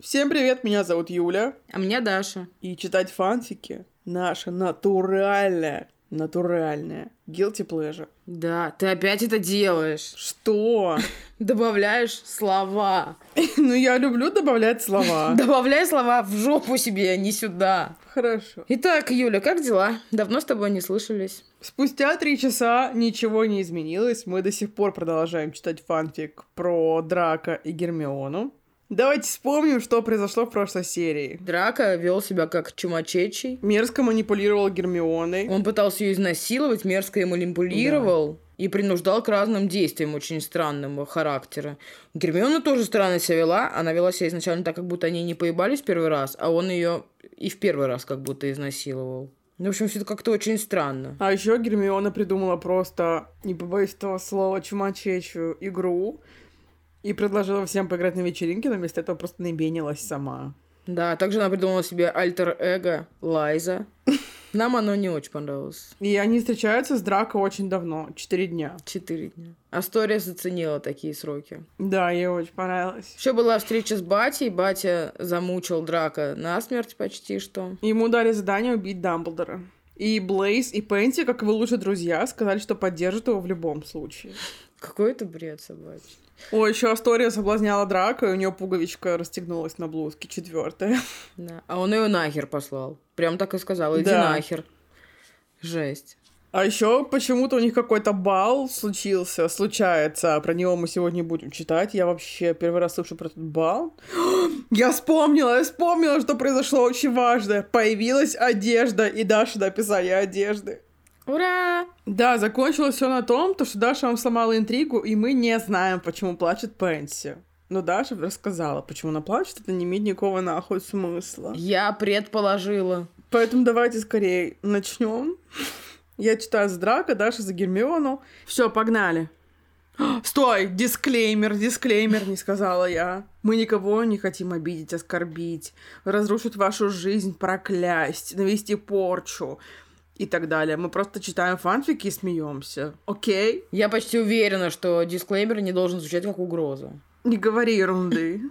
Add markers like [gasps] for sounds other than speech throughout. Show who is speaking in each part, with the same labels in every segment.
Speaker 1: Всем привет, меня зовут Юля.
Speaker 2: А меня Даша.
Speaker 1: И читать фанфики — наша натуральная, натуральная guilty pleasure.
Speaker 2: Да, ты опять это делаешь.
Speaker 1: Что? [laughs]
Speaker 2: Добавляешь слова.
Speaker 1: Ну, я люблю добавлять
Speaker 2: [laughs]
Speaker 1: слова.
Speaker 2: Добавляй слова в жопу себе, а не сюда.
Speaker 1: Хорошо.
Speaker 2: Итак, Юля, как дела? Давно с тобой не слышались.
Speaker 1: Спустя три часа ничего не изменилось. Мы до сих пор продолжаем читать фанфик про Драка и Гермиону. Давайте вспомним, что произошло в прошлой серии.
Speaker 2: Драка вел себя как чумачечий.
Speaker 1: Мерзко манипулировал Гермионой.
Speaker 2: Он пытался ее изнасиловать, мерзко ей манипулировал. И принуждал к разным действиям очень странного характера. Гермиона тоже странно себя вела. Она вела себя изначально так, как будто они не поебались в первый раз, а он ее и в первый раз как будто изнасиловал. Ну, В общем, все это как-то очень странно.
Speaker 1: А еще Гермиона придумала просто, не побоюсь этого слова, чумачечью игру и предложила всем поиграть на вечеринке, но вместо этого просто наебенилась сама.
Speaker 2: Да, а также она придумала себе альтер-эго Лайза. Нам оно не очень понравилось.
Speaker 1: И они встречаются с Драко очень давно, четыре дня.
Speaker 2: Четыре дня. Астория заценила такие сроки.
Speaker 1: Да, ей очень понравилось.
Speaker 2: Еще была встреча с Батей. Батя замучил Драка насмерть почти что.
Speaker 1: Ему дали задание убить Дамблдора. И Блейз и Пенти, как его лучшие друзья, сказали, что поддержат его в любом случае.
Speaker 2: Какой это бред собачий.
Speaker 1: Ой, еще Астория соблазняла Драко, и у нее пуговичка расстегнулась на блузке, четвертая.
Speaker 2: Да. А он ее нахер послал. Прям так и сказал. Иди
Speaker 1: Да.
Speaker 2: нахер. Жесть.
Speaker 1: А еще почему-то у них какой-то бал случился, случается. Про него мы сегодня будем читать. Я вообще первый раз слышу про этот бал. [gasps] Я вспомнила, я вспомнила, что произошло очень важное. Появилась одежда и Даша до описания одежды.
Speaker 2: Ура!
Speaker 1: Да, закончилось все на том, то, что Даша вам сломала интригу, и мы не знаем, почему плачет Пенси. Но Даша рассказала, почему она плачет, это не имеет никакого нахуй смысла.
Speaker 2: Я предположила.
Speaker 1: Поэтому давайте скорее начнем. Я читаю за Драка, Даша за Гермиону. Все, погнали. Стой! Дисклеймер, дисклеймер, не сказала я. Мы никого не хотим обидеть, оскорбить, разрушить вашу жизнь, проклясть, навести порчу и так далее. Мы просто читаем фанфики и смеемся. Окей?
Speaker 2: Я почти уверена, что дисклеймер не должен звучать как угроза.
Speaker 1: Не говори ерунды.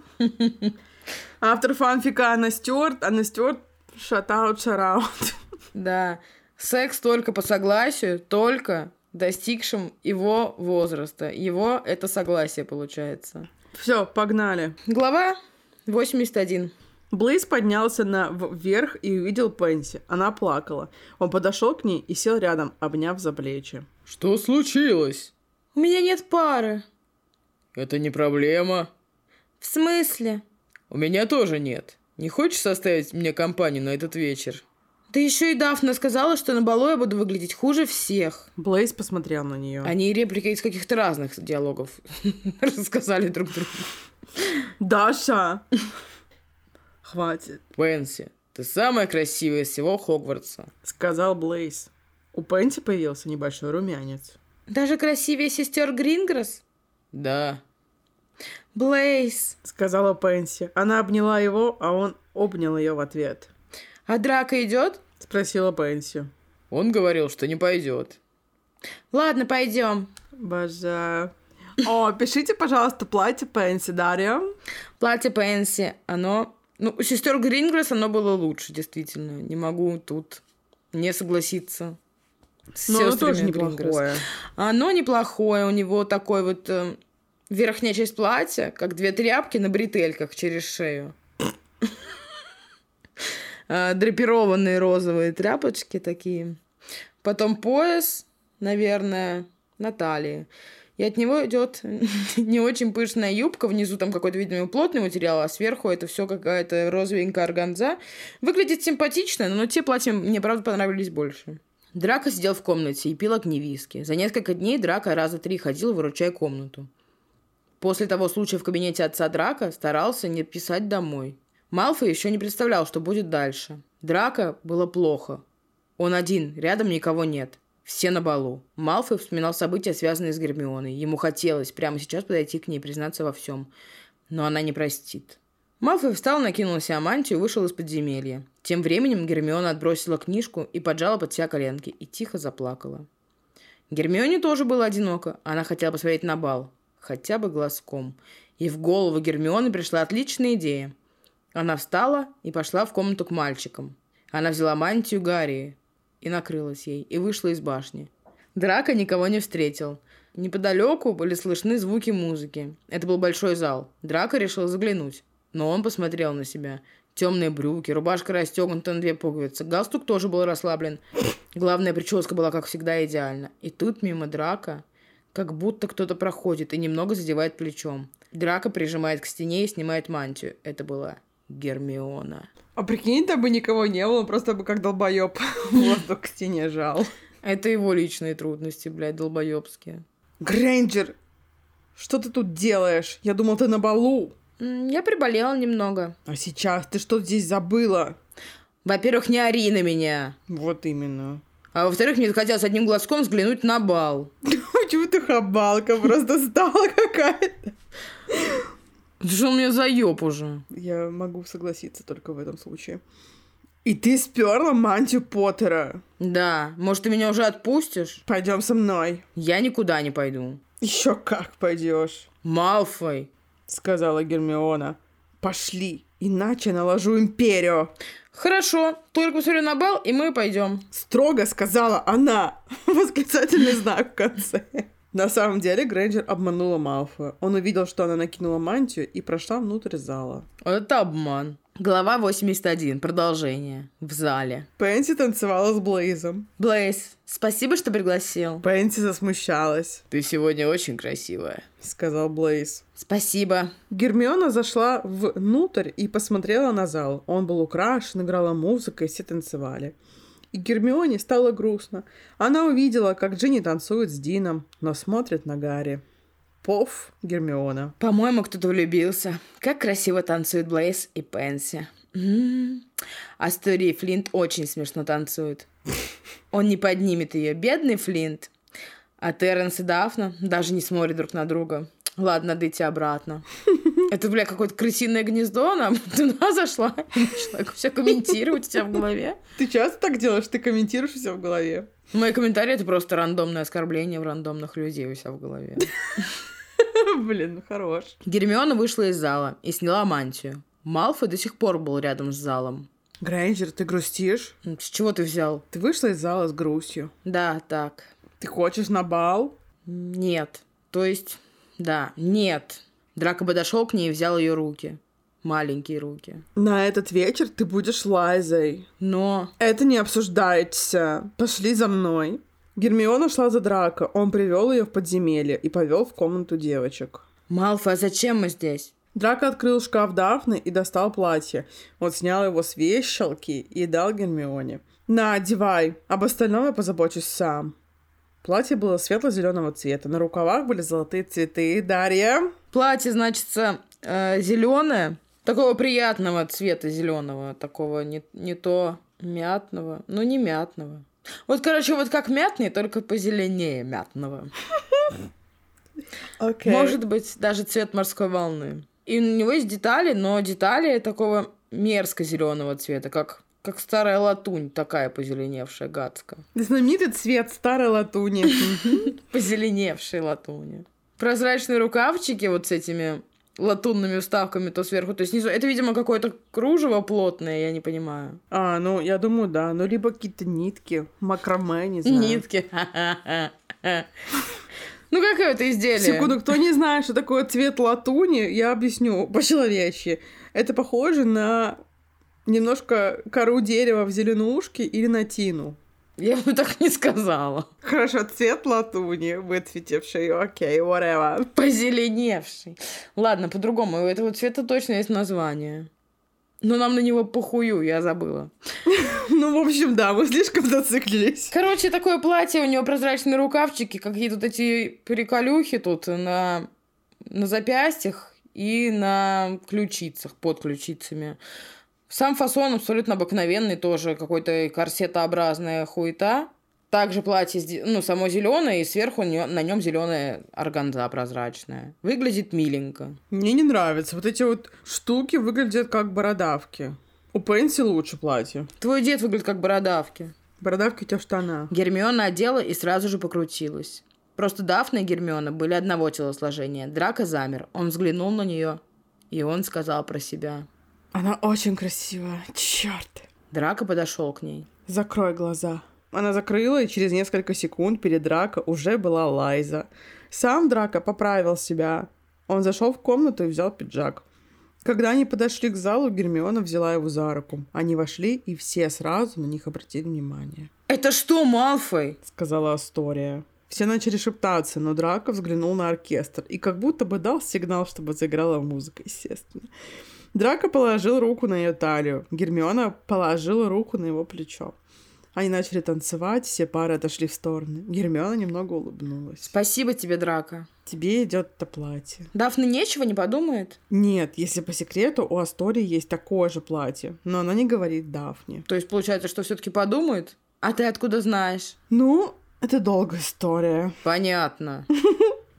Speaker 1: Автор фанфика Анна Стюарт. Анна Стюарт, шатаут, шараут.
Speaker 2: Да. Секс только по согласию, только достигшим его возраста. Его это согласие получается.
Speaker 1: Все, погнали.
Speaker 2: Глава 81.
Speaker 1: Блейз поднялся на в- вверх и увидел Пенси. Она плакала. Он подошел к ней и сел рядом, обняв за плечи.
Speaker 3: Что случилось?
Speaker 2: У меня нет пары.
Speaker 3: Это не проблема.
Speaker 2: В смысле?
Speaker 3: У меня тоже нет. Не хочешь составить мне компанию на этот вечер?
Speaker 2: Да еще и Дафна сказала, что на балу я буду выглядеть хуже всех.
Speaker 1: Блейз посмотрел на нее.
Speaker 2: Они реплики из каких-то разных диалогов [laughs] рассказали друг другу.
Speaker 1: Даша! [laughs] Хватит,
Speaker 3: Пенси, ты самая красивая из всего Хогвартса.
Speaker 1: сказал Блейз. У Пенси появился небольшой румянец.
Speaker 2: Даже красивее сестер Гринграсс?
Speaker 3: Да.
Speaker 2: Блейз.
Speaker 1: Сказала Пенси. Она обняла его, а он обнял ее в ответ.
Speaker 2: А драка идет?
Speaker 1: Спросила Пенси.
Speaker 3: Он говорил, что не пойдет.
Speaker 2: Ладно, пойдем.
Speaker 1: Обожаю. О, пишите, пожалуйста, платье Пенси, Дарья.
Speaker 2: Платье Пенси, оно... Ну, у сестер Грингресс оно было лучше, действительно. Не могу тут не согласиться. С
Speaker 1: Но оно
Speaker 2: сестрами
Speaker 1: тоже
Speaker 2: Гринграсс.
Speaker 1: неплохое.
Speaker 2: Оно А, неплохое. У него такой вот э, верхняя часть платья, как две тряпки на бретельках через шею. Э, Драпированные розовые тряпочки такие. Потом пояс, наверное, на талии. И от него идет [laughs] не очень пышная юбка. Внизу там какой-то, видимо, плотный материал, а сверху это все какая-то розовенькая органза. Выглядит симпатично, но те платья мне, правда, понравились больше. Драка сидел в комнате и пил огни виски. За несколько дней Драка раза три ходил, выручая комнату. После того случая в кабинете отца Драка старался не писать домой. Малфой еще не представлял, что будет дальше. Драка было плохо. Он один, рядом никого нет. Все на балу. Малфой вспоминал события, связанные с Гермионой. Ему хотелось прямо сейчас подойти к ней и признаться во всем. Но она не простит. Малфой встал, накинул на себя мантию и вышел из подземелья. Тем временем Гермиона отбросила книжку и поджала под себя коленки и тихо заплакала. Гермионе тоже было одиноко. Она хотела посмотреть на бал. Хотя бы глазком. И в голову Гермионы пришла отличная идея. Она встала и пошла в комнату к мальчикам. Она взяла мантию Гарри и накрылась ей, и вышла из башни. Драка никого не встретил. Неподалеку были слышны звуки музыки. Это был большой зал. Драка решил заглянуть. Но он посмотрел на себя. Темные брюки, рубашка расстегнута на две пуговицы. Галстук тоже был расслаблен. Главная прическа была, как всегда, идеальна. И тут мимо драка, как будто кто-то проходит и немного задевает плечом. Драка прижимает к стене и снимает мантию. Это была Гермиона.
Speaker 1: А прикинь, там бы никого не было, он просто бы как долбоеб [laughs] воздух к стене жал.
Speaker 2: Это его личные трудности, блядь, долбоебские.
Speaker 1: Грейнджер, что ты тут делаешь? Я думал, ты на балу.
Speaker 2: М, Я приболела немного.
Speaker 1: А сейчас ты что здесь забыла?
Speaker 2: Во-первых, не ори на меня.
Speaker 1: Вот именно.
Speaker 2: А во-вторых, мне хотелось одним глазком взглянуть на бал.
Speaker 1: [laughs] Почему ты хабалка просто стала какая-то?
Speaker 2: Ты что у меня заеб уже?
Speaker 1: Я могу согласиться только в этом случае. И ты сперла мантию Поттера.
Speaker 2: Да, может, ты меня уже отпустишь?
Speaker 1: Пойдем со мной.
Speaker 2: Я никуда не пойду.
Speaker 1: Еще как пойдешь,
Speaker 2: Малфой.
Speaker 1: сказала Гермиона. Пошли, иначе наложу империю.
Speaker 2: Хорошо, только посмотрю на бал, и мы пойдем.
Speaker 1: Строго сказала она. [laughs] Восклицательный знак в конце. На самом деле Грейнджер обманула Малфоя. Он увидел, что она накинула мантию и прошла внутрь зала.
Speaker 2: Это обман. Глава 81. Продолжение. В зале.
Speaker 1: Пенси танцевала с Блейзом.
Speaker 2: Блейз, спасибо, что пригласил.
Speaker 1: Пенси засмущалась,
Speaker 3: Ты сегодня очень красивая.
Speaker 1: сказал Блейз.
Speaker 2: Спасибо.
Speaker 1: Гермиона зашла внутрь и посмотрела на зал. Он был украшен, играла музыка, и все танцевали. И Гермионе стало грустно. Она увидела, как Джинни танцует с Дином, но смотрит на Гарри. Пов, Гермиона.
Speaker 2: По-моему, кто-то влюбился. Как красиво танцуют Блейз и Пенси. М. Астори и Флинт очень смешно танцуют. Он не поднимет ее, бедный Флинт. А Терренс и Дафна даже не смотрят друг на друга. Ладно, надо идти обратно. Это, бля, какое-то крысиное гнездо, она [laughs] туда зашла, и начала все комментировать у тебя в голове.
Speaker 1: Ты часто так делаешь? Ты комментируешь все в голове? [laughs]
Speaker 2: Мои комментарии — это просто рандомное оскорбление в рандомных людей у себя в голове.
Speaker 1: Блин, ну хорош.
Speaker 2: Гермиона вышла из зала и сняла мантию. Малфой до сих пор был рядом с залом.
Speaker 1: Грейнджер, ты грустишь?
Speaker 2: С чего ты взял?
Speaker 1: Ты вышла из зала с грустью.
Speaker 2: Да, так.
Speaker 1: Ты хочешь на бал?
Speaker 2: Нет. То есть, да, нет. Драко подошел к ней и взял ее руки. Маленькие руки.
Speaker 1: На этот вечер ты будешь Лайзой.
Speaker 2: Но
Speaker 1: Это не обсуждается. Пошли за мной. Гермиона шла за Драко. Он привел ее в подземелье и повел в комнату девочек.
Speaker 2: Малфой, а зачем мы здесь?
Speaker 1: Драко открыл шкаф Дафны и достал платье. Он снял его с вешалки и дал Гермионе. «На, одевай, об остальном я позабочусь сам». Платье было светло-зеленого цвета, на рукавах были золотые цветы. Дарья,
Speaker 2: Платье, значит, зеленое. Такого приятного цвета зеленого, такого не, не то мятного, ну не мятного. Вот, короче, вот как мятный, только позеленее мятного. Может быть, даже цвет морской волны. И у него есть детали, но детали такого мерзко-зеленого цвета, как, как старая латунь, такая позеленевшая, гадская.
Speaker 1: знаменитый цвет старой латуни.
Speaker 2: Позеленевшей латуни. Прозрачные рукавчики вот с этими латунными вставками то сверху, то снизу. Это, видимо, какое-то кружево плотное, я не понимаю.
Speaker 1: А, ну, я думаю, да. Ну, либо какие-то нитки, макраме, не знаю.
Speaker 2: Нитки. [laughs] Ну, какое это изделие?
Speaker 1: Секунду, кто не знает, что такое цвет латуни, я объясню по-человечьи. Это похоже на немножко кору дерева в зеленушке или на тину.
Speaker 2: Я бы так не сказала.
Speaker 1: Хорошо, цвет латуни, выцветевший, окей, whatever. [laughs]
Speaker 2: Позеленевший. Ладно, по-другому. У этого цвета точно есть название. Но нам на него похую, я забыла.
Speaker 1: Ну, в общем, да, мы слишком зациклились.
Speaker 2: Короче, такое платье, у него прозрачные рукавчики, какие тут эти переколюхи тут на, на запястьях и на ключицах, под ключицами. Сам фасон абсолютно обыкновенный тоже, какой-то корсетообразная хуета. Также платье, сде- ну, само зеленое, и сверху у неё- на нем зеленая органза прозрачная. Выглядит миленько.
Speaker 1: Мне не нравится. Вот эти вот штуки выглядят как бородавки. У Пенси лучше платье.
Speaker 2: Твой дед выглядит как бородавки.
Speaker 1: Бородавки у тебя в штанах.
Speaker 2: Гермиона одела и сразу же покрутилась. Просто Дафна и Гермиона были одного телосложения. Драка замер. Он взглянул на нее, и он сказал про себя.
Speaker 1: Она очень красивая. Черт.
Speaker 2: Драка подошел к ней.
Speaker 1: Закрой глаза. Она закрыла, и через несколько секунд перед Драко уже была Лайза. Сам Драко поправил себя. Он зашел в комнату и взял пиджак. Когда они подошли к залу, Гермиона взяла его за руку. Они вошли, и все сразу на них обратили внимание,
Speaker 2: Это что, Малфой?
Speaker 1: сказала Астория. Все начали шептаться, но Драко взглянул на оркестр и как будто бы дал сигнал, чтобы заиграла музыка, естественно. Драко положил руку на ее талию. Гермиона положила руку на его плечо. Они начали танцевать, все пары отошли в стороны. Гермиона немного улыбнулась.
Speaker 2: Спасибо тебе, Драка.
Speaker 1: Тебе идет это платье.
Speaker 2: Дафна нечего не подумает?
Speaker 1: Нет, если по секрету, у Астории есть такое же платье, но она не говорит Дафне.
Speaker 2: То есть, получается, что все-таки подумает? А ты откуда знаешь?
Speaker 1: Ну, это долгая история.
Speaker 2: Понятно.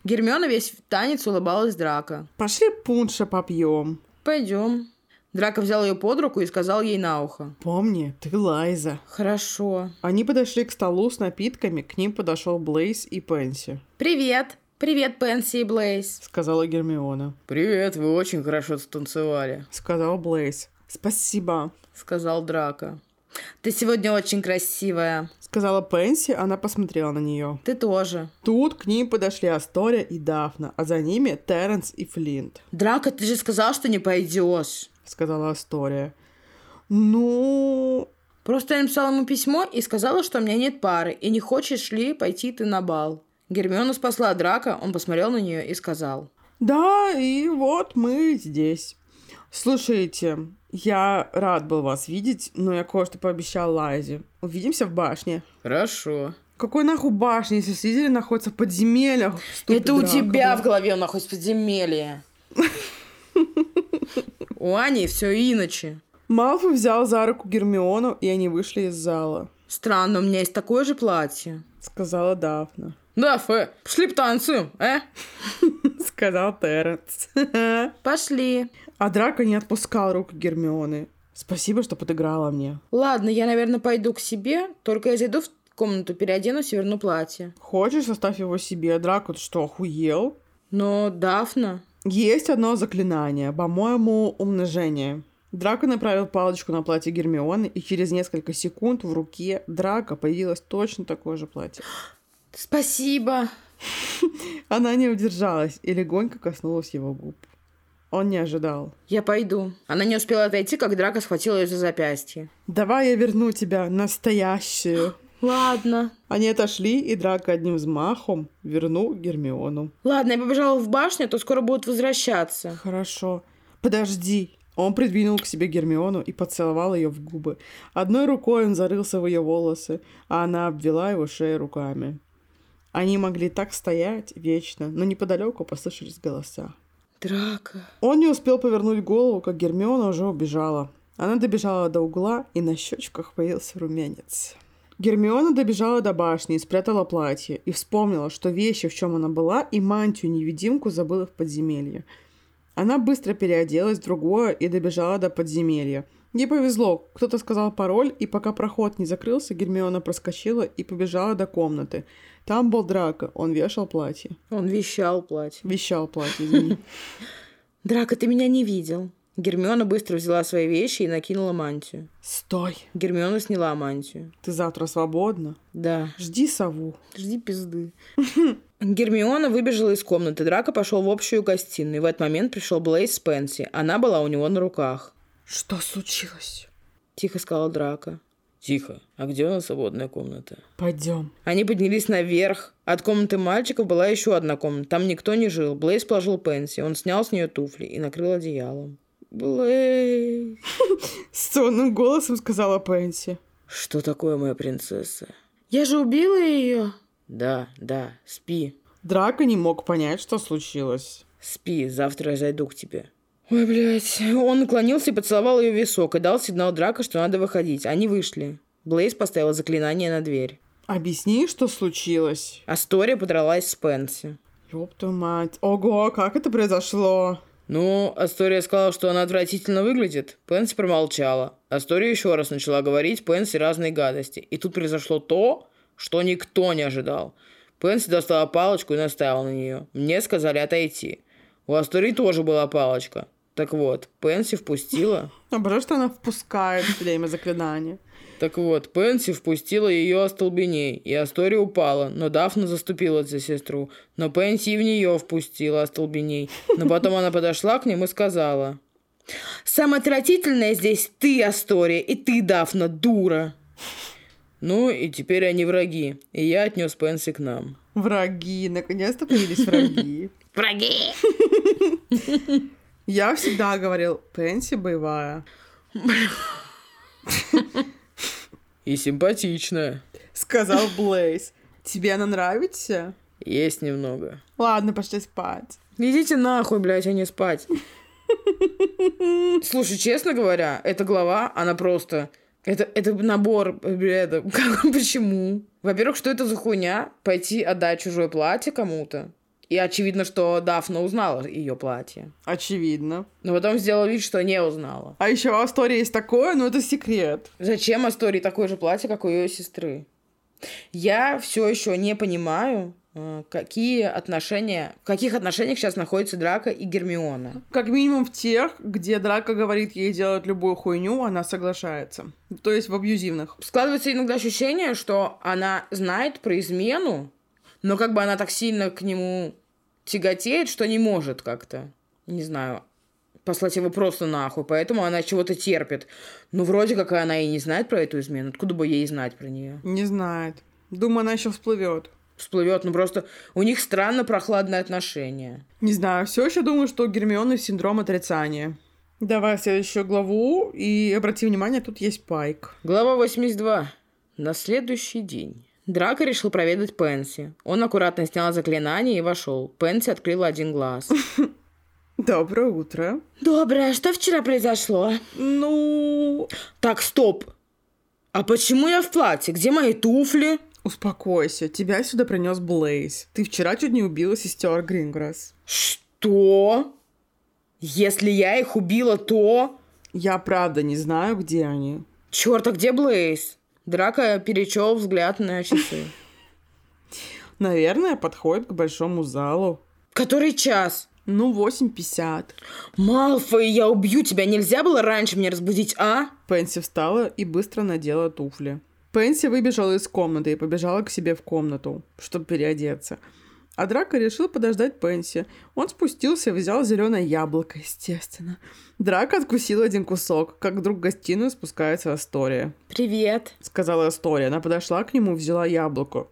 Speaker 2: Гермиона весь танец улыбалась Драка.
Speaker 1: Пошли пунша попьем.
Speaker 2: Пойдем. Драка взял ее под руку и сказал ей на ухо.
Speaker 1: Помни, ты Лайза.
Speaker 2: Хорошо.
Speaker 1: Они подошли к столу с напитками, к ним подошел Блейз и Пенси,
Speaker 2: Привет. Привет, Пенси и Блейз.
Speaker 1: сказала Гермиона.
Speaker 3: Привет, вы очень хорошо станцевали.
Speaker 1: Сказал Блейз. Спасибо,
Speaker 2: Сказал Драка. Ты сегодня очень красивая.
Speaker 1: сказала Пенси, она посмотрела на нее.
Speaker 2: Ты тоже.
Speaker 1: Тут к ним подошли Астория и Дафна, а за ними Терренс и Флинт,
Speaker 2: Драка, ты же сказал, что не пойдешь.
Speaker 1: сказала Астория. Ну,
Speaker 2: Просто я написала ему письмо и сказала, что у меня нет пары, и не хочешь ли пойти ты на бал. Гермиона спасла Драка, он посмотрел на нее и сказал.
Speaker 1: да, и вот мы здесь. Слушайте, я рад был вас видеть, но я кое-что пообещал Лайзе. Увидимся в башне.
Speaker 3: Хорошо.
Speaker 1: Какой нахуй башня, если Слизерин находится в подземельях? Ступид
Speaker 2: Это у
Speaker 1: Драко,
Speaker 2: тебя
Speaker 1: блин.
Speaker 2: в голове он находится подземелье. У Ани все иначе.
Speaker 1: Малфой взял за руку Гермиону, и они вышли из зала.
Speaker 2: Странно, у меня есть такое же платье.
Speaker 1: Сказала Дафна. [laughs]
Speaker 2: Да, Фэ, пошли потанцуем, э?
Speaker 1: Сказал Терренс.
Speaker 2: Пошли.
Speaker 1: [laughs] А Драко не отпускал руку Гермионы. Спасибо, что подыграла мне.
Speaker 2: Ладно, я, наверное, пойду к себе, только я зайду в комнату, переоденусь и верну платье.
Speaker 1: Хочешь, оставь его себе. Драко, ты что, охуел?
Speaker 2: Но Дафна...
Speaker 1: Есть одно заклинание, по-моему, умножение. Драко направил палочку на платье Гермионы, и через несколько секунд в руке Драко появилось точно такое же платье.
Speaker 2: Спасибо.
Speaker 1: Она не удержалась и легонько коснулась его губ. Он не ожидал.
Speaker 2: Я пойду. Она не успела отойти, как Драка схватила ее за запястье.
Speaker 1: «Давай я верну тебя, настоящую!»
Speaker 2: Ладно.
Speaker 1: Они отошли, и Драко одним взмахом вернул Гермиону.
Speaker 2: Ладно, я побежала в башню, а то скоро будут возвращаться.
Speaker 1: «Хорошо. Подожди!» Он придвинул к себе Гермиону и поцеловал ее в губы. Одной рукой он зарылся в ее волосы, а она обвела его шею руками. Они могли так стоять вечно, но неподалеку послышались голоса.
Speaker 2: Драка.
Speaker 1: Он не успел повернуть голову, как Гермиона уже убежала. Она добежала до угла, и на щечках появился румянец. Гермиона добежала до башни и спрятала платье, и вспомнила, что вещи, в чем она была, и мантию-невидимку забыла в подземелье. Она быстро переоделась в другое и добежала до подземелья. Ей повезло, кто-то сказал пароль, и пока проход не закрылся, Гермиона проскочила и побежала до комнаты. Там был Драко, он вешал платье.
Speaker 2: Он вещал платье.
Speaker 1: Вещал платье, извини.
Speaker 2: Драка, ты меня не видел. Гермиона быстро взяла свои вещи и накинула мантию.
Speaker 1: Стой!
Speaker 2: Гермиона сняла мантию.
Speaker 1: Ты завтра свободна?
Speaker 2: Да.
Speaker 1: Жди сову.
Speaker 2: Жди пизды. [laughs] Гермиона выбежала из комнаты. Драка пошел в общую гостиную. В этот момент пришел Блейз с Пенси. Она была у него на руках.
Speaker 1: Что случилось?
Speaker 2: Тихо сказала Драка.
Speaker 3: Тихо. А где у нас свободная комната?
Speaker 1: Пойдем.
Speaker 2: Они поднялись наверх. От комнаты мальчиков была еще одна комната. Там никто не жил. Блейз положил Пенси. Он снял с нее туфли и накрыл одеялом. Блейз.
Speaker 1: С сонным голосом сказала Пенси.
Speaker 3: Что такое моя принцесса?
Speaker 2: Я же убила ее.
Speaker 3: Да, да, спи.
Speaker 1: Драко не мог понять, что случилось.
Speaker 3: Спи, завтра я зайду к тебе.
Speaker 2: Ой, блядь. Он наклонился и поцеловал ее в висок и дал сигнал Драка, что надо выходить. Они вышли. Блейз поставила заклинание на дверь.
Speaker 1: Объясни, что случилось.
Speaker 2: Астория подралась с Пенси.
Speaker 1: Ёб твою мать. Ого, как это произошло?
Speaker 3: Ну, Астория сказала, что она отвратительно выглядит. Пенси промолчала. Астория еще раз начала говорить Пенси разные гадости. И тут произошло то, что никто не ожидал. Пенси достала палочку и наставила на нее. Мне сказали отойти. У Астории тоже была палочка.
Speaker 2: Так вот, Пенси впустила...
Speaker 1: Обожаю, что она впускает все время заклинания.
Speaker 2: Так вот, Пенси впустила ее остолбеней, и Астория упала, но Дафна заступилась за сестру. Но Пенси и в нее впустила остолбеней. Но потом она подошла к ним и сказала... «Самое отвратительное здесь ты, Астория, и ты, Дафна, дура!» Ну, и теперь они враги, и я отнес Пенси к нам.
Speaker 1: Враги, наконец-то появились враги.
Speaker 2: Враги!
Speaker 1: Я всегда говорил, Пенси боевая.
Speaker 2: И симпатичная.
Speaker 1: Сказал Блейз. Тебе она нравится?
Speaker 2: Есть немного.
Speaker 1: Ладно, пошли спать.
Speaker 4: Идите нахуй, блядь, а не спать.
Speaker 2: Слушай, честно говоря, эта глава, она просто... Это, это набор, э, это, как, [laughs] почему? Во-первых, что это за хуйня? Пойти отдать чужое платье кому-то? И очевидно, что Дафна узнала ее платье.
Speaker 1: Очевидно.
Speaker 2: Но потом сделала вид, что не узнала.
Speaker 1: А еще у Астории есть такое, но это секрет.
Speaker 2: Зачем Астории такое же платье, как у ее сестры? Я все еще не понимаю, э, какие отношения, в каких отношениях сейчас находятся Драка и Гермиона.
Speaker 1: Как минимум в тех, где Драка говорит ей делать любую хуйню, она соглашается. То есть в абьюзивных.
Speaker 2: Складывается иногда ощущение, что она знает про измену, но как бы она так сильно к нему тяготеет, что не может как-то, не знаю, послать его просто нахуй, поэтому она чего-то терпит. Но вроде как она и не знает про эту измену, откуда бы ей знать про нее?
Speaker 1: Не знает. Думаю, она еще всплывет.
Speaker 2: Всплывет, ну просто у них странно прохладные отношения.
Speaker 1: Не знаю, все еще думаю, что у Гермионы синдром отрицания. Давай следующую главу и обрати внимание, тут есть Пайк.
Speaker 2: Глава 82. На следующий день. Драко решил проведать Пенси. Он аккуратно снял заклинание и вошел. Пенси открыла один глаз.
Speaker 1: Доброе утро.
Speaker 2: Доброе, а что вчера произошло?
Speaker 1: Ну,
Speaker 2: Так, стоп. А почему я в платье? Где мои туфли?
Speaker 1: успокойся, тебя сюда принес Блейз. Ты вчера чуть не убила сестер Гринграсс.
Speaker 2: Что? Если я их убила, то...
Speaker 1: Я правда не знаю, где они.
Speaker 2: Черт, а где Блейз? Драка перечел взгляд на часы.
Speaker 1: Наверное, подходит к большому залу.
Speaker 2: Который час?
Speaker 1: Ну, 8.50.
Speaker 2: Малфой, я убью тебя. Нельзя было раньше меня разбудить, а?
Speaker 1: Пенси встала и быстро надела туфли. Пенси выбежала из комнаты и побежала к себе в комнату, чтобы переодеться. А Драко решил подождать Пенси. Он спустился и взял зеленое яблоко, естественно. Драко откусил один кусок, как вдруг в гостиную спускается Астория.
Speaker 4: Привет.
Speaker 1: Сказала Астория. Она подошла к нему, взяла яблоко.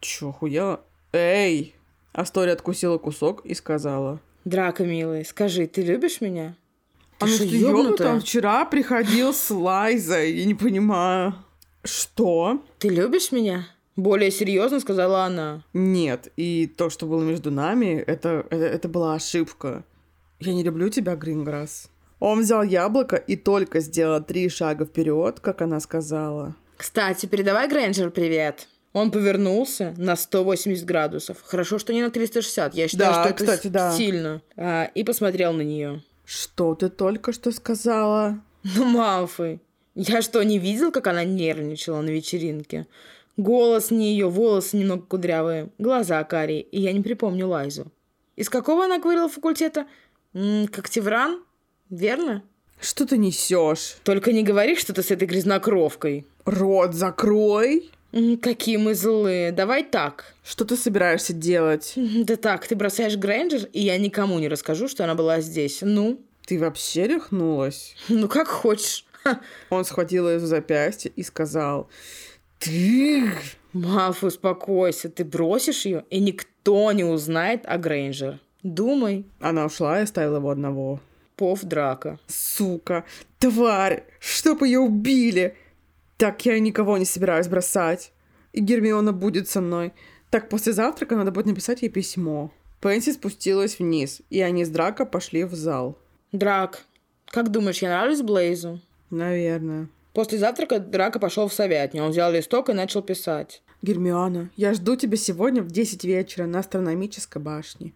Speaker 1: Чё, хуя? Эй! Астория откусила кусок и сказала.
Speaker 2: Драка, милый, скажи, ты любишь меня?
Speaker 1: А
Speaker 2: Ты
Speaker 1: ну
Speaker 2: что,
Speaker 1: что, ёбнутая?
Speaker 2: ёбнутая?
Speaker 1: Вчера приходил с Лайзой, я не понимаю. Что?
Speaker 2: Ты любишь меня? Более серьезно сказала она.
Speaker 1: Нет, и то, что было между нами, это, это, это была ошибка. Я не люблю тебя, Гринграсс. Он взял яблоко и только сделал три шага вперед, как она сказала.
Speaker 2: Кстати, передавай Грэнджер привет. Он повернулся на 180 градусов. Хорошо, что не на 360. Я считаю,
Speaker 1: Да,
Speaker 2: что это
Speaker 1: кстати,
Speaker 2: с-
Speaker 1: да.
Speaker 2: сильно. А, и посмотрел на нее. [laughs]
Speaker 1: Что ты только что сказала?
Speaker 2: Ну, Малфой, я что, не видел, как она нервничала на вечеринке? Голос не ее, волосы немного кудрявые, глаза карие, и я не припомню Лайзу. Из какого она говорила факультета? М, Коктевран? Верно?
Speaker 1: Что ты несешь?
Speaker 2: Только не говори, что ты с этой грязнокровкой.
Speaker 1: Рот закрой!
Speaker 2: М, Какие мы злые. Давай так.
Speaker 1: Что ты собираешься делать?
Speaker 2: М, Да так, ты бросаешь Грэнджер, и я никому не расскажу, что она была здесь. Ну, [laughs]
Speaker 1: Ты вообще рехнулась?
Speaker 2: ну как хочешь. Ха.
Speaker 1: Он схватил ее за запястье и сказал, «Ты...»
Speaker 2: Малфой, успокойся, ты бросишь ее, и никто не узнает о Грейнджер. Думай,
Speaker 1: Она ушла и оставила его одного.
Speaker 2: пов драка.
Speaker 1: Сука, тварь, чтоб ее убили. Так я и никого не собираюсь бросать. И Гермиона будет со мной. Так после завтрака надо будет написать ей письмо. Пенси спустилась вниз, и они с Драко пошли в зал.
Speaker 2: Драк, как думаешь, я нравлюсь Блейзу?
Speaker 1: Наверное.
Speaker 2: После завтрака Драка пошел в советню. Он взял листок и начал писать.
Speaker 1: Гермиона, я жду тебя сегодня в 10 вечера на астрономической башне.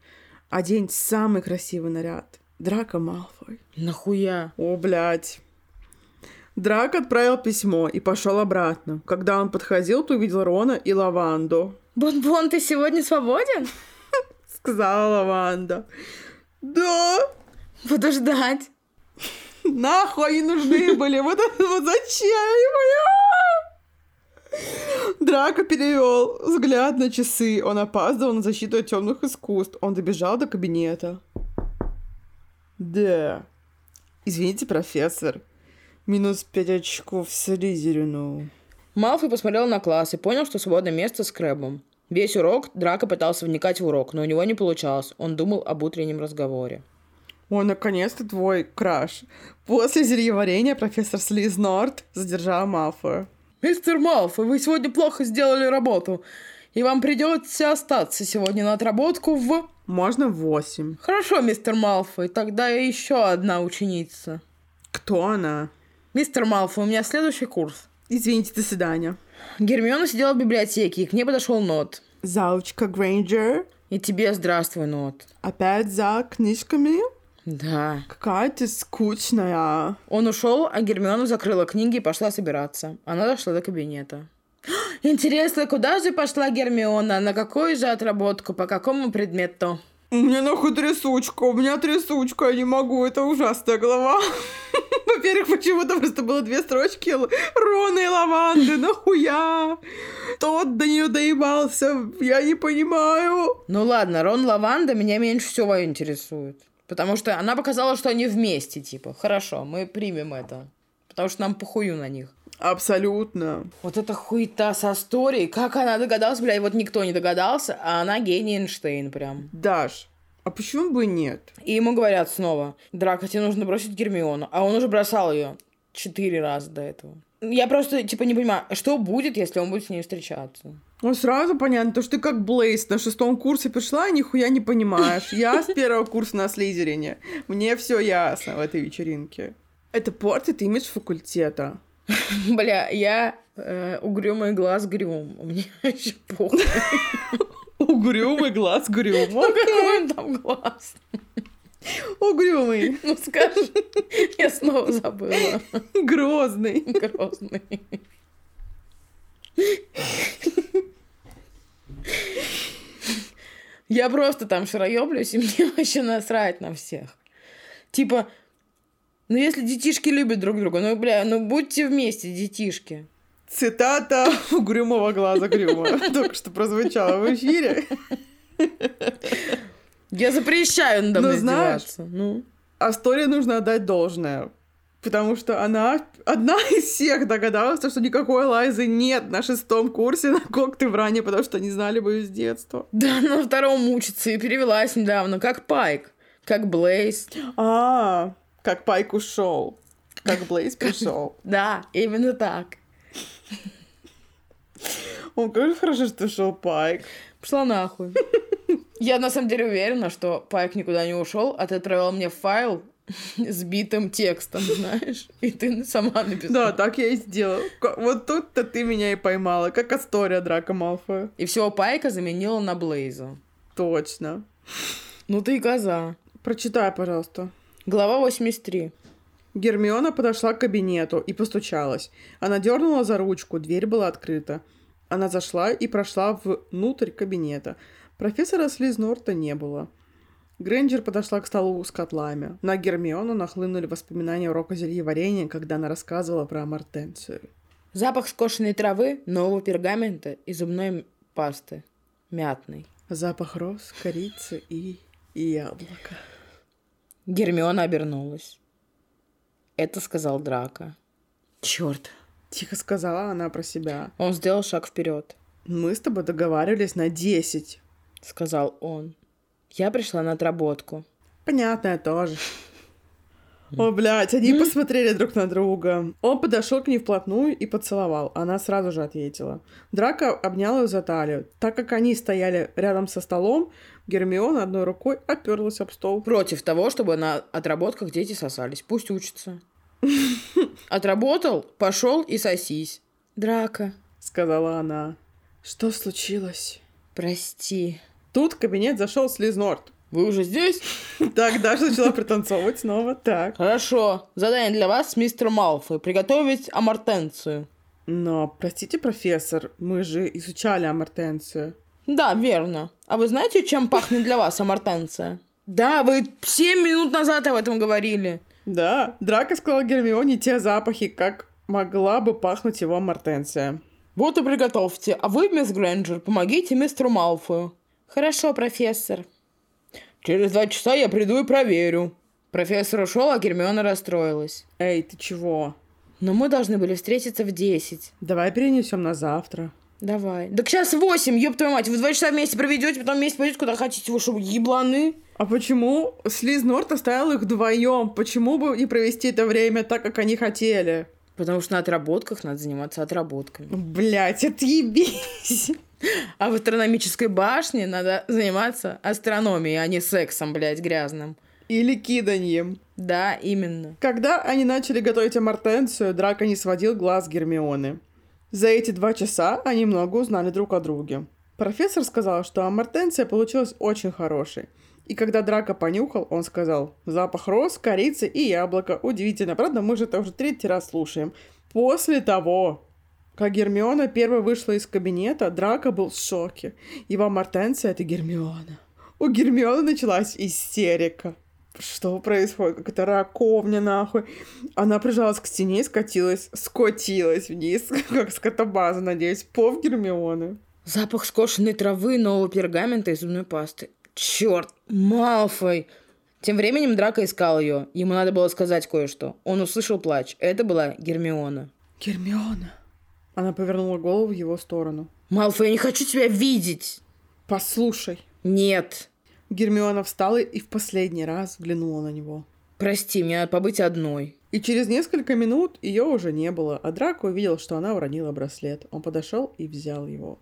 Speaker 1: Одень самый красивый наряд. Драко Малфой.
Speaker 2: Нахуя?
Speaker 1: О, блядь. Драк отправил письмо и пошел обратно. Когда он подходил, то увидел Рона и Лаванду.
Speaker 2: Бон-бон, ты сегодня свободен?
Speaker 1: Сказала Лаванда. Да,
Speaker 2: Буду ждать.
Speaker 1: Нахуй они нужны были. Вот это вот зачем ему? Драко перевел взгляд на часы. Он опаздывал на защиту от темных искусств. Он добежал до кабинета. Да. Извините, профессор. Минус пять очков Слизерину.
Speaker 2: Малфой посмотрел на класс и понял, что свободное место с Крэбом. Весь урок Драко пытался вникать в урок, но у него не получалось. Он думал об утреннем разговоре.
Speaker 1: О, наконец-то твой краш. После зельеварения профессор Слиз Норт задержала Малфоя.
Speaker 5: Мистер Малфой, вы сегодня плохо сделали работу. И вам придется остаться сегодня на отработку в...
Speaker 1: Можно восемь.
Speaker 5: Хорошо, мистер Малфой, тогда еще одна ученица.
Speaker 1: Кто она?
Speaker 5: Мистер Малфой, у меня следующий курс.
Speaker 1: Извините, до свидания.
Speaker 2: Гермиона сидела в библиотеке, и к ней подошел Нот.
Speaker 1: Заучка Грейнджер.
Speaker 2: И тебе здравствуй, Нот.
Speaker 1: Опять за книжками?
Speaker 2: Да.
Speaker 1: Какая ты скучная.
Speaker 2: Он ушел, а Гермиона закрыла книги и пошла собираться. Она дошла до кабинета.
Speaker 5: Интересно, куда же пошла Гермиона? На какую же отработку? По какому предмету?
Speaker 1: У меня нахуй трясучка, у меня трясучка, я не могу, это ужасная голова. [laughs] Во-первых, почему-то просто было две строчки л- Рона и Лаванды, нахуя? Тот до нее доебался, я не понимаю.
Speaker 2: Ну ладно, Рон Лаванда меня меньше всего интересует. Потому что она показала, что они вместе, типа. Хорошо, мы примем это. Потому что нам похую на них.
Speaker 1: Абсолютно.
Speaker 2: Вот эта хуета со историей. Как она догадалась, блядь, вот никто не догадался, а она гений Эйнштейн прям.
Speaker 1: Даш, а почему бы и нет?
Speaker 2: И ему говорят снова, Драко, тебе нужно бросить Гермиону. А он уже бросал ее четыре раза до этого. Я просто, типа, не понимаю, что будет, если он будет с ней встречаться? [laughs]
Speaker 1: Ну, сразу понятно, то, что ты как Блейс на шестом курсе пришла и нихуя не понимаешь. [laughs] Я с первого курса на Слизерине. Мне все ясно в этой вечеринке. Это портит имидж факультета.
Speaker 2: Бля, я э, угрюмый глаз грюм. [laughs] Мне вообще похуй. [laughs]
Speaker 1: Угрюмый глаз
Speaker 2: Ну
Speaker 1: грюма.
Speaker 2: какой он там глаз?
Speaker 1: [laughs] Угрюмый.
Speaker 2: Ну скажи. [laughs] Я снова забыла.
Speaker 1: Грозный.
Speaker 2: Грозный. Я просто там шароёблюсь, и мне [laughs] вообще насрать на всех. Типа, ну если детишки любят друг друга, ну, бля, ну будьте вместе, детишки.
Speaker 1: Цитата [laughs] угрюмого глаза Грюма только что прозвучала в эфире.
Speaker 2: Я запрещаю надо
Speaker 1: Ну,
Speaker 2: мной
Speaker 1: знаешь,
Speaker 2: издеваться. Ну,
Speaker 1: А Сторе нужно отдать должное. Потому что она одна [laughs] из всех догадалась, что никакой Лайзы нет на шестом курсе на когты в ране, потому что не знали бы ее с детства.
Speaker 2: да, она на втором учится и перевелась недавно, как Пайк, как Блейз.
Speaker 1: А, как Пайк ушел. Как Блейз пришел.
Speaker 2: Да, именно так.
Speaker 1: Он как же хорошо, что ушел Пайк.
Speaker 2: Пошла нахуй. [laughs] Я на самом деле уверена, что Пайк никуда не ушел, а ты отправила мне файл [laughs] с битым текстом, знаешь? [laughs] И ты сама
Speaker 1: Да,
Speaker 2: написала.
Speaker 1: так я и сделала. Ко- Вот тут-то ты меня и поймала, как Астория Драка Малфоя.
Speaker 2: И всего Пайка заменила на Блейза.
Speaker 1: Точно.
Speaker 2: Ну ты и коза.
Speaker 1: Прочитай, пожалуйста.
Speaker 2: Глава 83.
Speaker 1: Гермиона подошла к кабинету и постучалась. Она дернула за ручку, дверь была открыта. Она зашла и прошла внутрь кабинета. Профессора Слизнорта не было. Грэнджер подошла к столу с котлами. На Гермиону нахлынули воспоминания урока зельеварения, когда она рассказывала про амортенцию.
Speaker 2: Запах скошенной травы, нового пергамента и зубной пасты. Мятный.
Speaker 1: Запах роз, корицы и, и яблока.
Speaker 2: Гермиона обернулась. Это сказал Драко. Черт.
Speaker 1: Тихо сказала она про себя.
Speaker 2: Он сделал шаг вперед.
Speaker 1: Мы с тобой договаривались на 10.
Speaker 2: Сказал он. Я пришла на отработку.
Speaker 1: Понятно, тоже. О, блядь, они посмотрели друг на друга. Он подошел к ней вплотную и поцеловал. Она сразу же ответила. Драка обнял ее за талию. Так как они стояли рядом со столом, Гермиона одной рукой оперлась об стол.
Speaker 2: против того, чтобы на отработках дети сосались. Пусть [laughs] учатся. Отработал, пошел и сосись. Драка,
Speaker 1: Сказала она. Что случилось?
Speaker 2: прости.
Speaker 1: Тут в кабинет зашел Слизнорт.
Speaker 2: Вы уже здесь?
Speaker 1: Так, Даша начала пританцовывать снова. Так.
Speaker 2: Хорошо. Задание для вас, мистер Малфой. Приготовить амортенцию.
Speaker 1: Но, простите, профессор, мы же изучали амортенцию.
Speaker 2: Да, верно. А вы знаете, чем пахнет для вас амортенция? Да, вы 7 минут назад об этом говорили.
Speaker 1: Да, Драка сказала Гермионе те запахи, как могла бы пахнуть его Мартенция.
Speaker 3: Вот и приготовьте. А вы, мисс Грэнджер, помогите мистеру Малфою.
Speaker 2: Хорошо, профессор.
Speaker 3: Через два часа я приду и проверю.
Speaker 2: Профессор ушел, а Гермиона расстроилась.
Speaker 1: Эй, ты чего?
Speaker 2: Но мы должны были встретиться в 10.
Speaker 1: Давай перенесем на завтра.
Speaker 2: Давай. Так сейчас 8, ёб твою мать. Вы два часа вместе проведете, потом вместе пойдете куда хотите. Вы что, ебланы?
Speaker 1: А почему Слиз Норт оставил их вдвоем? Почему бы не провести это время так, как они хотели?
Speaker 2: Потому что на отработках надо заниматься отработками.
Speaker 1: Блять, отъебись. [laughs]
Speaker 2: А в астрономической башне надо заниматься астрономией, а не сексом, блядь, грязным.
Speaker 1: Или киданьем.
Speaker 2: Да, именно.
Speaker 1: Когда они начали готовить амортенцию, Драко не сводил глаз Гермионы. За эти два часа они много узнали друг о друге. Профессор сказал, что амортенция получилась очень хорошей. И когда Драко понюхал, он сказал, запах роз, корицы и яблока. Удивительно, правда, мы же это уже третий раз слушаем. После того, как Гермиона первой вышла из кабинета, Драко был в шоке. Его амортенция — это Гермиона. У Гермионы началась истерика. Что происходит? Какая-то раковня, нахуй. Она прижалась к стене и скатилась, скотилась вниз, [laughs] как скотобаза, надеюсь. Пов Гермионы.
Speaker 2: Запах скошенной травы, нового пергамента и зубной пасты. Черт, Малфой! Тем временем Драко искал ее. Ему надо было сказать кое-что. Он услышал плач. Это была Гермиона.
Speaker 1: Гермиона. Она повернула голову в его сторону.
Speaker 2: Малфой, я не хочу тебя видеть!
Speaker 1: Послушай.
Speaker 2: Нет.
Speaker 1: Гермиона встала и в последний раз взглянула на него.
Speaker 2: Прости, мне надо побыть одной.
Speaker 1: И через несколько минут ее уже не было, а Драко увидел, что она уронила браслет. Он подошел и взял его.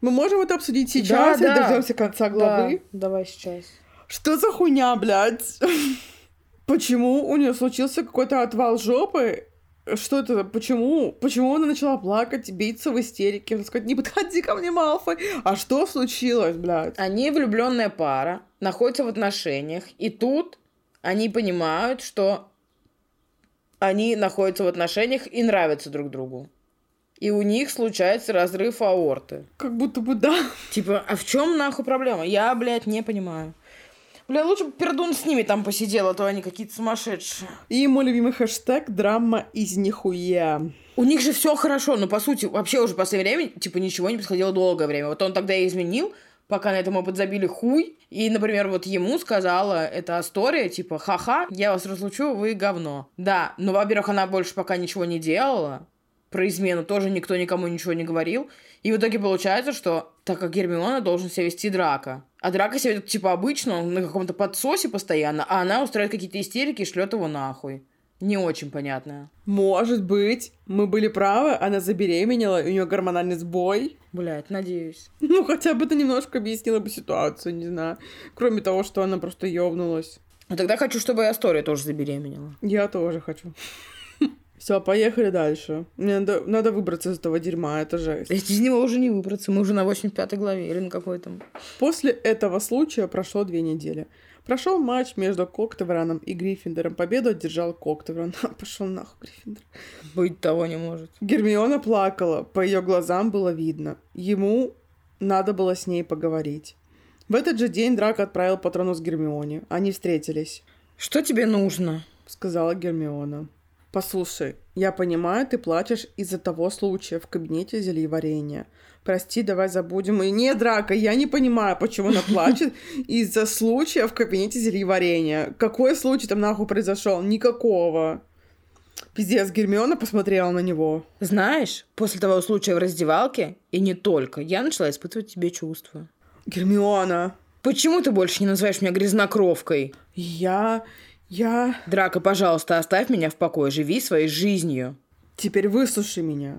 Speaker 1: Мы можем это обсудить сейчас
Speaker 2: Да,
Speaker 1: и
Speaker 2: да.
Speaker 1: дождемся конца главы?
Speaker 2: Да, давай сейчас.
Speaker 1: Что за хуйня, блядь? [laughs] Почему у нее случился какой-то отвал жопы? Что это? Почему? Почему она начала плакать, биться в истерике? Она сказать, не подходи ко мне, Малфой. А что случилось, блядь?
Speaker 2: Они влюбленная пара, находятся в отношениях, и тут они понимают, что они находятся в отношениях и нравятся друг другу. И у них случается разрыв аорты.
Speaker 1: Как будто бы да. [laughs]
Speaker 2: Типа, а в чем нахуй проблема? Я, блядь, не понимаю. Бля, лучше бы Пердун с ними там посидел, а то они какие-то сумасшедшие.
Speaker 1: И мой любимый хэштег «Драма из нихуя».
Speaker 2: У них же все хорошо, но по сути, вообще уже в последнее время, типа, ничего не происходило долгое время. Вот он тогда и изменил, пока на этом опыт забили хуй. И, например, вот ему сказала эта Астория, типа, ха-ха, я вас разлучу, вы говно. Да, но, во-первых, она больше пока ничего не делала. Про измену тоже никто никому ничего не говорил. И в итоге получается, что так как Гермиона должен себя вести драка. А драка себя ведет, типа, обычно, он на каком-то подсосе постоянно, а она устраивает какие-то истерики и шлет его нахуй. Не очень понятно.
Speaker 1: Может быть, мы были правы, она забеременела, и у нее гормональный сбой. [laughs]
Speaker 2: Блять, надеюсь.
Speaker 1: Ну, хотя бы это немножко объяснило бы ситуацию, не знаю. Кроме того, что она просто ёбнулась.
Speaker 2: Ну, тогда хочу, чтобы и Астория тоже забеременела.
Speaker 1: Я тоже хочу. Все, поехали дальше. Мне надо, надо выбраться из этого дерьма, это жесть.
Speaker 2: Из него уже не выбраться, мы уже на 85 главе или на какой там.
Speaker 1: После этого случая прошло две недели. Прошел матч между Коктевраном и Гриффиндором. Победу одержал Коктевран. [laughs] Пошел нахуй, Гриффиндор.
Speaker 2: Быть того не может.
Speaker 1: Гермиона плакала, по ее глазам было видно. Ему надо было с ней поговорить. В этот же день Драко отправил Патронус Гермионе. Они встретились,
Speaker 2: Что тебе нужно?
Speaker 1: сказала Гермиона. «Послушай, я понимаю, ты плачешь из-за того случая в кабинете зельеварения. Прости, давай забудем. И не, Драко, я не понимаю, почему она плачет из-за случая в кабинете зельеварения. Какой случай там нахуй произошел? Никакого. Пиздец, Гермиона посмотрела на него.
Speaker 2: Знаешь, после того случая в раздевалке, и не только, я начала испытывать тебе чувства.
Speaker 1: Гермиона,
Speaker 2: Почему ты больше не называешь меня грязнокровкой?
Speaker 1: Я... Я...
Speaker 2: Драка, пожалуйста, оставь меня в покое, живи своей жизнью.
Speaker 1: Теперь выслушай меня.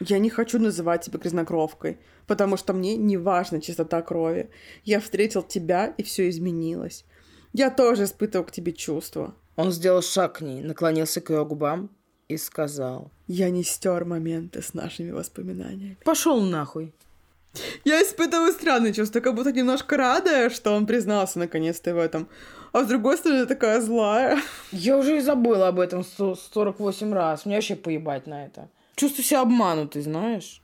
Speaker 1: Я не хочу называть тебя грязнокровкой, потому что мне не важна чистота крови. Я встретил тебя, и все изменилось. Я тоже испытывал к тебе чувства.
Speaker 2: Он сделал шаг к ней, наклонился к ее губам и сказал.
Speaker 1: Я не стер моменты с нашими воспоминаниями.
Speaker 2: Пошел нахуй.
Speaker 1: Я испытываю странные чувства, как будто немножко рада, что он признался наконец-то в этом. А с другой стороны, такая злая.
Speaker 2: Я уже и забыла об этом сто- 48 раз. Мне вообще поебать на это. Чувствую себя обманутой, знаешь?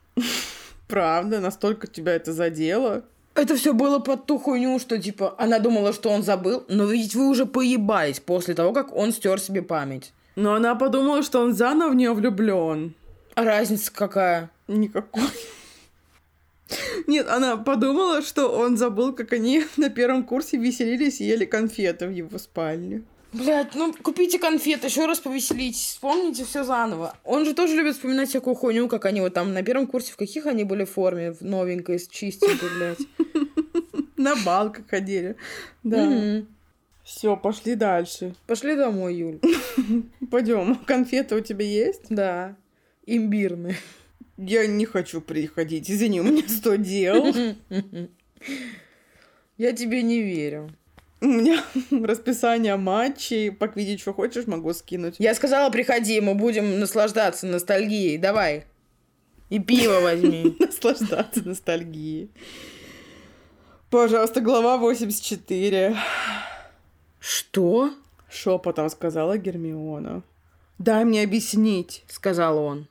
Speaker 1: Правда, настолько тебя это задело.
Speaker 2: Это все было под ту хуйню, что типа она думала, что он забыл, но ведь вы уже поебались после того, как он стер себе память.
Speaker 1: Но она подумала, что он заново в нее влюблен.
Speaker 2: А разница какая?
Speaker 1: Никакой. Нет, она подумала, что он забыл, как они [laughs] на первом курсе веселились и ели конфеты в его спальне.
Speaker 2: Блять, ну купите конфет, еще раз повеселитесь, вспомните все заново. Он же тоже любит вспоминать всякую хуйню, как они вот там на первом курсе, в каких они были форме, в новенькой, с чистенькой, блядь.
Speaker 1: На балках ходили. Да.
Speaker 2: Мгм.
Speaker 1: Все, пошли дальше.
Speaker 2: Пошли домой, Юль.
Speaker 1: Пойдем. [laughs] Конфеты у тебя есть?
Speaker 2: Да. Имбирные.
Speaker 1: Я не хочу приходить. Извини, у меня сто
Speaker 2: [laughs]
Speaker 1: дел.
Speaker 2: Я тебе не верю.
Speaker 1: У меня расписание матчей. По что хочешь, могу скинуть. [laughs]
Speaker 2: Я сказала, приходи, мы будем наслаждаться ностальгией. Давай. И пиво возьми.
Speaker 1: Наслаждаться ностальгией. Пожалуйста, глава 84.
Speaker 2: [laughs] Что?
Speaker 1: Шепотом сказала Гермиона. Дай мне объяснить.
Speaker 2: Сказал он.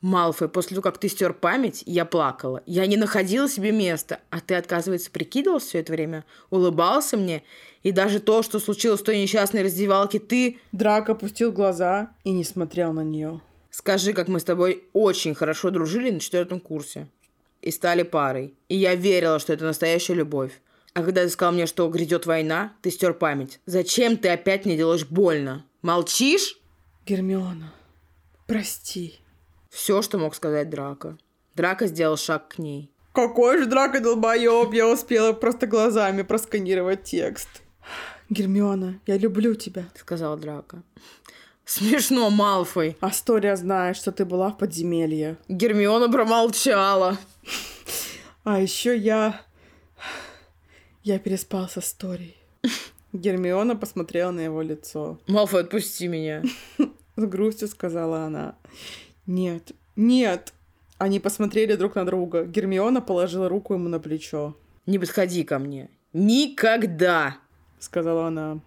Speaker 2: Малфой, после того, как ты стер память, я плакала. Я не находила себе места. А ты, оказывается, прикидывался все это время, улыбался мне. И даже то, что случилось в той несчастной раздевалке, ты...
Speaker 1: Драк опустил глаза и не смотрел на нее.
Speaker 2: Скажи, как мы с тобой очень хорошо дружили на четвертом курсе. И стали парой. И я верила, что это настоящая любовь. А когда ты сказал мне, что грядет война, ты стер память. Зачем ты опять мне делаешь больно? Молчишь?
Speaker 1: Гермиона, прости.
Speaker 2: Все, что мог сказать Драко. Драко сделал шаг к ней.
Speaker 1: Какой же драка долбоеб, я успела просто глазами просканировать текст. Гермиона, я люблю тебя.
Speaker 2: — сказал Драко. «Смешно, Малфой!»
Speaker 1: Астория знает, что ты была в подземелье.
Speaker 2: Гермиона промолчала.
Speaker 1: А еще я... Я переспал со Асторией. Гермиона посмотрела на его лицо.
Speaker 2: «Малфой, отпусти меня!»
Speaker 1: С грустью сказала она. Нет, нет. Они посмотрели друг на друга. Гермиона положила руку ему на плечо.
Speaker 2: «Не подходи ко мне! Никогда!»
Speaker 1: Сказала она.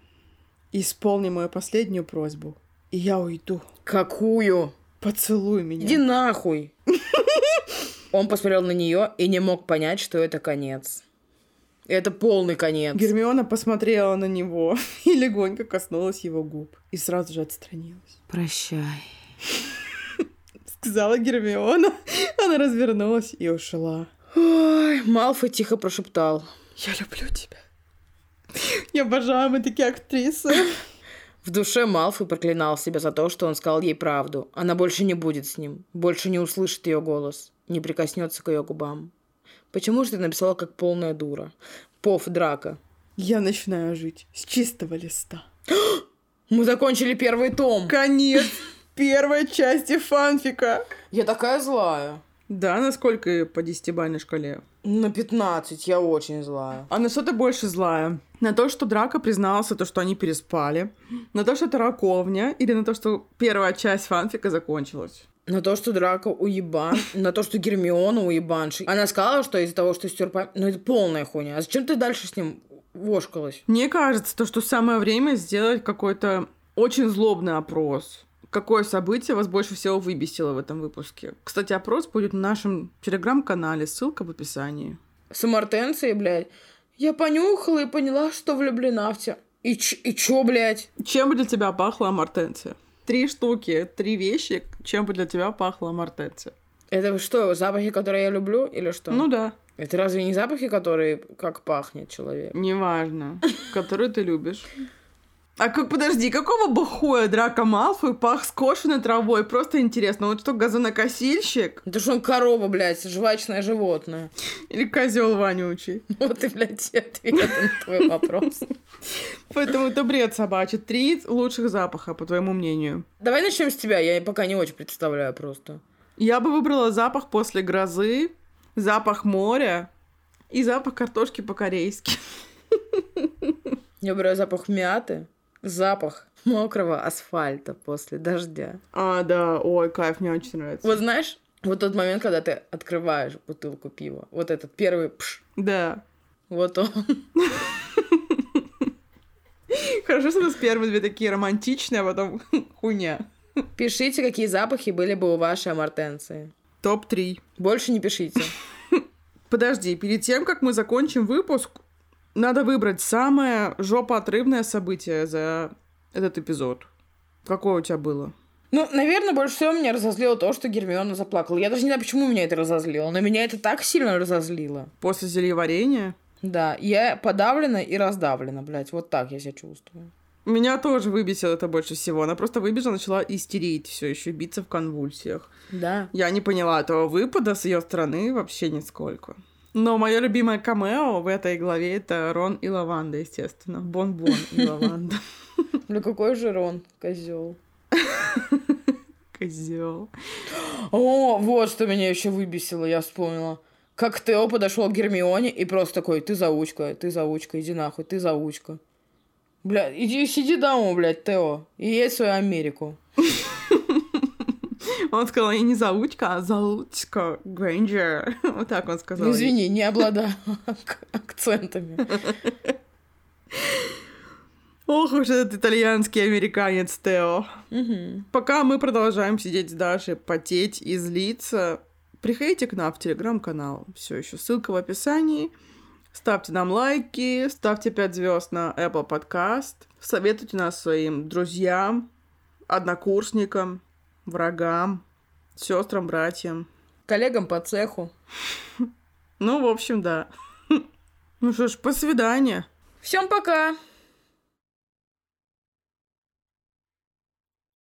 Speaker 1: Исполни мою последнюю просьбу. И я уйду.
Speaker 2: «Какую?
Speaker 1: Поцелуй меня.
Speaker 2: Иди нахуй!» Он посмотрел на нее и не мог понять, что это конец. Это полный конец.
Speaker 1: Гермиона посмотрела на него [laughs] и легонько коснулась его губ. И сразу же отстранилась.
Speaker 2: «Прощай».
Speaker 1: Сказала Гермиона. [laughs] Она развернулась и ушла.
Speaker 2: Ой, Малфой тихо прошептал.
Speaker 1: Я люблю тебя. Я обожаю, мы такие актрисы.
Speaker 2: В душе Малфой проклинал себя за то, что он сказал ей правду. Она больше не будет с ним, больше не услышит ее голос, не прикоснется к ее губам. Почему же ты написала как полная дура? Пов, драка.
Speaker 1: Я начинаю жить с чистого листа.
Speaker 2: Мы закончили первый том.
Speaker 1: Конец первой части фанфика.
Speaker 2: Я такая злая.
Speaker 1: Да, насколько по десятибальной шкале?
Speaker 2: На 15 я очень злая.
Speaker 1: А на что ты больше злая? На то, что Драка признался, то, что они переспали. На то, что это раковня. Или на то, что первая часть фанфика закончилась.
Speaker 2: На то, что драка уебан, на то, что Гермиона уебанши. Она сказала, что из-за того, что стер пам- Ну, это полная хуйня. А зачем ты дальше с ним вошкалась?
Speaker 1: Мне кажется, то, что самое время сделать какой-то очень злобный опрос. Какое событие вас больше всего выбесило в этом выпуске? Кстати, опрос будет на нашем телеграм-канале, ссылка в описании.
Speaker 2: Самартенции, блядь. Я понюхала и поняла, что влюблена в тебя. И, ч- и чё, блядь?
Speaker 1: Чем бы для тебя пахла амортенция? Три штуки, три вещи, чем бы для тебя пахла амортенция.
Speaker 2: Это что, запахи, которые я люблю, или что?
Speaker 1: Ну да,
Speaker 2: Это разве не запахи, которые как пахнет человек?
Speaker 1: неважно, которую ты любишь. А как, подожди, какого бы хуя Драко Малфой пах скошенной травой? Просто интересно, он что, газонокосильщик
Speaker 2: Это что он корова, блядь, жвачное животное. [laughs]
Speaker 1: или козел вонючий?
Speaker 2: Вот и, блядь, и ответ на твой вопрос.
Speaker 1: Поэтому это бред собачий. Три лучших запаха, по твоему мнению.
Speaker 2: Давай начнем с тебя, я пока не очень представляю просто.
Speaker 1: Я бы выбрала запах после грозы, запах моря и запах картошки по-корейски.
Speaker 2: Я беру запах мяты, запах мокрого асфальта после дождя.
Speaker 1: А, да, ой, кайф, мне очень нравится.
Speaker 2: Вот знаешь, вот тот момент, когда ты открываешь бутылку пива, вот этот первый пш,
Speaker 1: Да.
Speaker 2: вот он.
Speaker 1: Хорошо, что у нас первые две такие романтичные, а потом [laughs] хуйня.
Speaker 2: Пишите, какие запахи были бы у вашей амортенции.
Speaker 1: Топ-3.
Speaker 2: Больше не пишите.
Speaker 1: Подожди, перед тем, как мы закончим выпуск, надо выбрать самое жопоотрывное событие за этот эпизод. Какое у тебя было?
Speaker 2: Ну, наверное, больше всего меня разозлило то, что Гермиона заплакала. Я даже не знаю, почему меня это разозлило, но меня это так сильно разозлило.
Speaker 1: После зельеварения?
Speaker 2: Да, я подавлена и раздавлена, блядь. Вот так я себя чувствую.
Speaker 1: Меня тоже выбесило это больше всего. Она просто выбежала, начала истерить все еще, биться в конвульсиях.
Speaker 2: Да.
Speaker 1: Я не поняла этого выпада с ее стороны вообще нисколько. Но мое любимое камео в этой главе это Рон и Лаванда, естественно. Бон-бон и
Speaker 2: [laughs]
Speaker 1: Лаванда.
Speaker 2: Бля, какой же Рон, козел.
Speaker 1: Козел.
Speaker 2: О, вот что меня еще выбесило, я вспомнила. Как Тео подошел к Гермионе и просто такой, ты заучка, ты заучка, иди нахуй, ты заучка. Бля, иди, сиди дома, блядь, Тео, и едь в свою Америку.
Speaker 1: Он сказал, я не заучка, а заучка Грэнджер. [laughs] Вот так он сказал.
Speaker 2: Ну, извини, не обладаю [laughs] акцентами.
Speaker 1: Ох уж этот итальянский американец Тео.
Speaker 2: Мгм.
Speaker 1: Пока мы продолжаем сидеть с Дашей, потеть и злиться, приходите к нам в телеграм-канал. Все еще ссылка в описании. Ставьте нам лайки, ставьте 5 звезд на Apple Podcast. Советуйте нас своим друзьям, однокурсникам, врагам, сестрам, братьям.
Speaker 2: Коллегам по цеху.
Speaker 1: [laughs] Ну, в общем, да. Ну что ж, по свидания.
Speaker 2: Всем пока!